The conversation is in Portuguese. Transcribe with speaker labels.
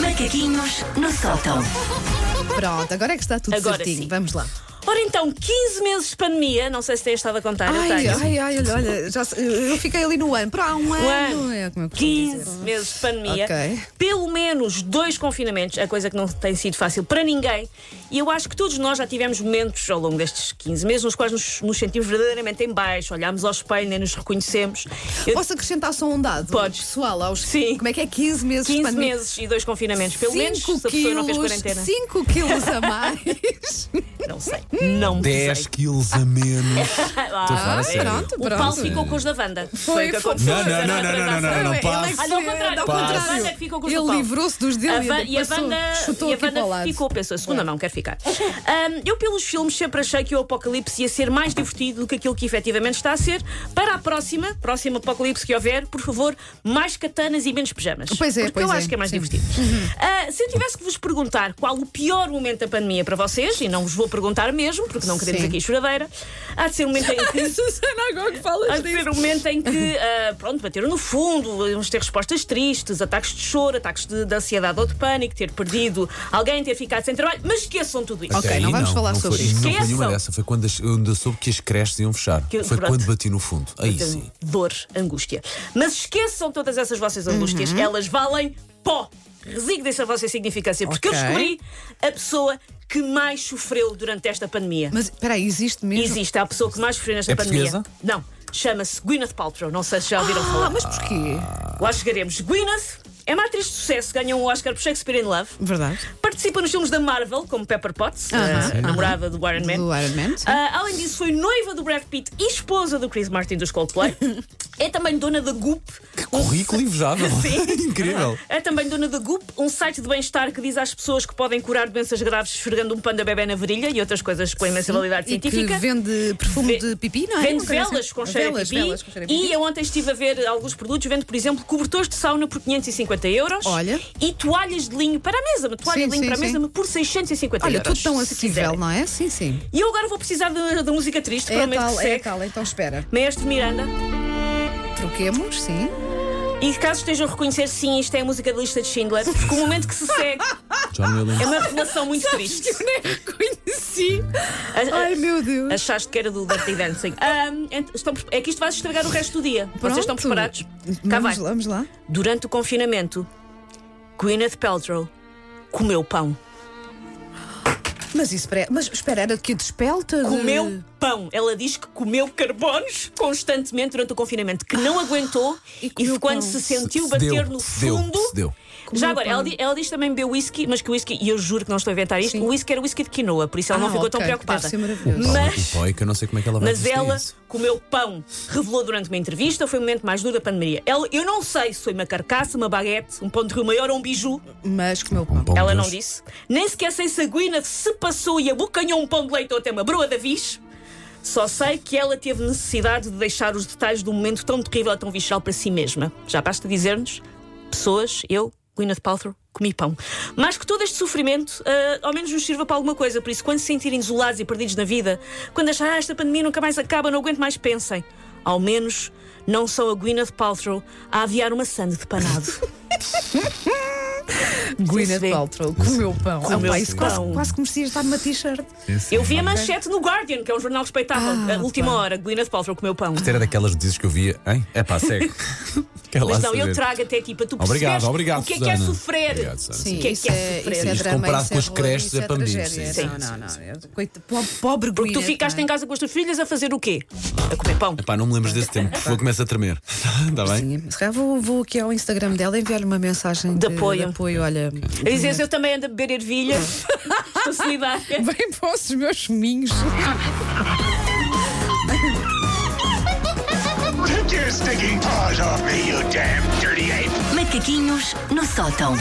Speaker 1: Macaquinhos no sótão.
Speaker 2: Pronto, agora é que está tudo
Speaker 3: Agora
Speaker 2: certinho.
Speaker 3: sim.
Speaker 2: Vamos lá.
Speaker 3: Ora então, 15 meses de pandemia, não sei se tens estado a contar, eu
Speaker 2: Ai,
Speaker 3: tenho.
Speaker 2: ai, ai, olha, olha, já, se- eu fiquei ali no ano. Para há um ano.
Speaker 3: ano.
Speaker 2: É como eu costumo dizer.
Speaker 3: 15 meses de pandemia,
Speaker 2: Ok.
Speaker 3: pelo menos dois confinamentos, a coisa que não tem sido fácil para ninguém. E eu acho que todos nós já tivemos momentos ao longo destes 15 meses nos quais nos, nos sentimos verdadeiramente em baixo, olhámos ao espelho, nem nos reconhecemos. Eu-
Speaker 2: Posso acrescentar só um dado?
Speaker 3: Podes.
Speaker 2: Pessoal, aos
Speaker 3: Sim.
Speaker 2: como é que é 15 meses de
Speaker 3: 15
Speaker 2: pandemia?
Speaker 3: meses e dois confinamentos, pelo menos, se a
Speaker 2: Cinco
Speaker 3: pessoa não fez quarentena.
Speaker 2: quilos, 5 quilos a mais.
Speaker 3: Não sei, não me
Speaker 4: 10 quilos a menos. Estou a falar a
Speaker 2: Ah,
Speaker 4: sério.
Speaker 2: pronto,
Speaker 3: O
Speaker 2: pronto.
Speaker 3: Paulo ficou com os da Wanda. Foi, o que
Speaker 2: foi,
Speaker 3: aconteceu.
Speaker 4: Não, não, não, não, não, não, não, não,
Speaker 2: Ele é
Speaker 4: passo.
Speaker 2: que
Speaker 3: Ah, não, ao
Speaker 2: se-
Speaker 3: contrário.
Speaker 2: ao
Speaker 3: A
Speaker 2: contrário.
Speaker 3: Wanda que ficou com os do
Speaker 2: Ele
Speaker 3: Paulo.
Speaker 2: livrou-se dos dele
Speaker 3: A
Speaker 2: e,
Speaker 3: Van- e a
Speaker 2: passou-
Speaker 3: Wanda,
Speaker 2: chutou
Speaker 3: e a
Speaker 2: aqui para o
Speaker 3: Wanda
Speaker 2: lado. É.
Speaker 3: ficou, pensou, a segunda não, quero ficar. Ahm, eu, pelos filmes, sempre achei que o apocalipse ia ser mais divertido do que aquilo que efetivamente está a ser. Para a próxima, próximo apocalipse que houver, por favor, mais katanas e menos pijamas.
Speaker 2: Pois é,
Speaker 3: Porque
Speaker 2: pois
Speaker 3: eu
Speaker 2: é,
Speaker 3: acho que é mais
Speaker 2: sim. Uhum.
Speaker 3: divertido. Ah, se eu tivesse que vos perguntar qual o pior momento da pandemia para vocês, e não vos vou perguntar mesmo, porque não queremos
Speaker 2: Sim.
Speaker 3: aqui choradeira, há de ser um momento em que.
Speaker 2: Susana, agora que falas
Speaker 3: Há de ser um momento em que, ah, pronto, bateram no fundo, vamos ter respostas tristes, ataques de choro, ataques de, de ansiedade ou de pânico, ter perdido alguém, ter ficado sem trabalho, mas esqueçam tudo isso.
Speaker 4: Até
Speaker 2: Ok,
Speaker 4: aí
Speaker 2: não vamos falar
Speaker 4: não
Speaker 2: sobre
Speaker 4: foi,
Speaker 2: isso.
Speaker 4: Não foi nenhuma
Speaker 3: Esqueçam.
Speaker 4: dessa. Foi quando as- onde eu soube que as creches iam fechar.
Speaker 3: Que-
Speaker 4: foi
Speaker 3: pronto. Então,
Speaker 4: quando bati no fundo. Aí
Speaker 3: Portanto,
Speaker 4: sim.
Speaker 3: Dor, angústia. Mas esqueçam todas essas vossas angústias,
Speaker 2: Uhum.
Speaker 3: elas valem pó. Resignem-se à vossa significância, porque
Speaker 2: Ok.
Speaker 3: eu descobri a pessoa que mais sofreu durante esta pandemia.
Speaker 2: Mas espera aí, existe mesmo?
Speaker 3: Existe a pessoa que mais sofreu nesta
Speaker 4: É
Speaker 3: pandemia.
Speaker 4: portuguesa?
Speaker 3: Não, chama-se Gwyneth Paltrow, não sei se já ouviram falar.
Speaker 2: Ah, mas porquê?
Speaker 3: Lá chegaremos. Gwyneth é uma atriz de sucesso, ganhou um Oscar por Shakespeare in Love.
Speaker 2: Verdade.
Speaker 3: Participa nos filmes da Marvel, como Pepper Potts,
Speaker 2: Aham,
Speaker 3: a namorada do Iron Man.
Speaker 2: Do Iron Man, sim.
Speaker 3: Ah, além disso, foi noiva do Brad Pitt e esposa do Chris Martin dos Coldplay. é também dona da Goop. um
Speaker 4: Currículo invejável. Um Incrível.
Speaker 3: É também dona da Goop, um site de bem-estar que diz às pessoas que podem curar doenças graves esfregando um panda bebê na virilha e outras coisas com imensa validade
Speaker 2: E que
Speaker 3: científica.
Speaker 2: vende perfume de pipi, não é?
Speaker 3: Vende
Speaker 2: Uma coisa assim.
Speaker 3: velas com cheiro a
Speaker 2: velas,
Speaker 3: pipi.
Speaker 2: velas com cheiro a pipi. é,
Speaker 3: E eu ontem estive a ver alguns produtos. Vendo, por exemplo, cobertores de sauna por 550 euros.
Speaker 2: Olha.
Speaker 3: E toalhas de linho para a mesa. Uma toalha
Speaker 2: Sim,
Speaker 3: de linho
Speaker 2: sim,
Speaker 3: para a
Speaker 2: sim.
Speaker 3: mesa por 650
Speaker 2: Olha,
Speaker 3: euros.
Speaker 2: tudo tão
Speaker 3: se quiserem.
Speaker 2: acessível, não é? Sim, sim.
Speaker 3: E eu agora vou precisar da da música triste para
Speaker 2: É
Speaker 3: o momento
Speaker 2: tal,
Speaker 3: que
Speaker 2: é
Speaker 3: segue.
Speaker 2: tal, então espera.
Speaker 3: Maestro Miranda.
Speaker 2: Troquemos, sim.
Speaker 3: E caso estejam a reconhecer, sim, isto é a música da lista de Schindler. Porque o momento que se segue
Speaker 4: John Williams.
Speaker 3: é uma relação muito triste.
Speaker 2: nem reconheci.
Speaker 3: A- a-
Speaker 2: Ai, meu Deus.
Speaker 3: Achaste que era do Dirty Dancing. Ahm, ent- estão pre- é que isto vai estragar o resto do dia. Vocês estão
Speaker 2: Pronto.
Speaker 3: preparados? Cá vai.
Speaker 2: Vamos, lá, vamos lá.
Speaker 3: Durante o confinamento, Gwyneth Paltrow comeu pão.
Speaker 2: Mas isso parece. Mas espera, era que despelta? de-
Speaker 3: Comeu pão. Ela diz que comeu carbonos constantemente durante o confinamento, que não aguentou
Speaker 2: Ah, E
Speaker 3: e,
Speaker 2: comeu
Speaker 3: quando
Speaker 2: pão.
Speaker 3: se sentiu
Speaker 4: Se
Speaker 3: bater
Speaker 4: deu,
Speaker 3: no
Speaker 4: se deu,
Speaker 3: fundo.
Speaker 4: se deu.
Speaker 3: Já agora, ela, di- ela diz que também bebeu whisky, mas que o whisky, e eu juro que não estou a inventar isto,
Speaker 2: Sim.
Speaker 3: o whisky era whisky de quinoa, por isso ela
Speaker 2: Ah,
Speaker 3: não ficou tão
Speaker 2: ok.
Speaker 3: preocupada.
Speaker 2: Deve ser maravilhoso.
Speaker 3: Mas.
Speaker 4: Pau e pó, que eu não sei como é que ela vai
Speaker 3: Mas
Speaker 4: resistir a
Speaker 3: ela
Speaker 4: isso.
Speaker 3: comeu pão. Revelou durante uma entrevista, foi o momento mais duro da pandemia. Ela, eu não sei se foi uma carcaça, uma baguete, um pão de rio maior ou um biju.
Speaker 2: Mas comeu pão.
Speaker 4: Bom
Speaker 3: ela
Speaker 4: Deus.
Speaker 3: não disse. Nem sequer sei se a Guina se passou e abocanhou um pão de leite ou até uma broa da vis. Só sei que ela teve necessidade de deixar os detalhes de um momento tão terrível e tão visceral para si mesma. Já basta dizer-nos, pessoas, eu, Gwyneth Paltrow, comi pão. Mas que todo este sofrimento ah, ao menos nos sirva para alguma coisa. Por isso, quando se sentirem isolados e perdidos na vida, quando acharem ah, esta pandemia nunca mais acaba, não aguento mais, pensem. Ao menos não são a Gwyneth Paltrow a aviar uma sande de panado.
Speaker 2: Gwyneth
Speaker 3: vê.
Speaker 2: Paltrow comeu pão. Ah,
Speaker 3: Comeu
Speaker 2: pá, isso quase,
Speaker 3: pão.
Speaker 2: quase que merecia estar numa t-shirt.
Speaker 3: Eu vi a manchete no Guardian, que é um jornal respeitável.
Speaker 2: Ah,
Speaker 3: a última
Speaker 2: pá.
Speaker 3: hora, Gwyneth Paltrow comeu pão.
Speaker 4: Isto é era daquelas dizes que eu via, hein? É pá, segue. Quer lá
Speaker 3: Mas não, eu
Speaker 4: saber.
Speaker 3: trago até aqui para tu perceberes
Speaker 4: Obrigado, obrigado.
Speaker 3: o que é que é
Speaker 4: Susana.
Speaker 3: sofrer.
Speaker 4: Obrigado, Susana,
Speaker 2: Sim,
Speaker 4: sim.
Speaker 3: que é
Speaker 2: isso,
Speaker 3: que é
Speaker 2: é,
Speaker 3: sofrer?
Speaker 2: isso é
Speaker 4: Isto
Speaker 2: drama.
Speaker 4: comparado
Speaker 2: isso
Speaker 4: com as
Speaker 2: horror,
Speaker 4: creches
Speaker 2: isso é
Speaker 4: é para medir,
Speaker 2: tragédia.
Speaker 4: sim,
Speaker 2: Não,
Speaker 4: sim,
Speaker 2: não, não. é- coita- po- Pobre
Speaker 3: Porque
Speaker 2: Gwyneth.
Speaker 3: tu ficaste
Speaker 2: não é?
Speaker 3: em casa com as tuas filhas a fazer o quê? A comer pão.
Speaker 4: Epá, não me lembres desse tempo, porque eu começo a tremer. Está bem?
Speaker 2: Sim, se calhar vou, vou aqui ao Instagram dela enviar-lhe uma mensagem
Speaker 3: De apoio.
Speaker 2: De apoio, olha.
Speaker 3: A dizer eu também ando a beber ervilha. Estou solidária.
Speaker 2: Vem para os meus chuminhos.
Speaker 5: Take your stinking paws off me, you damn dirty ape!
Speaker 1: Macaquinhos no sótão.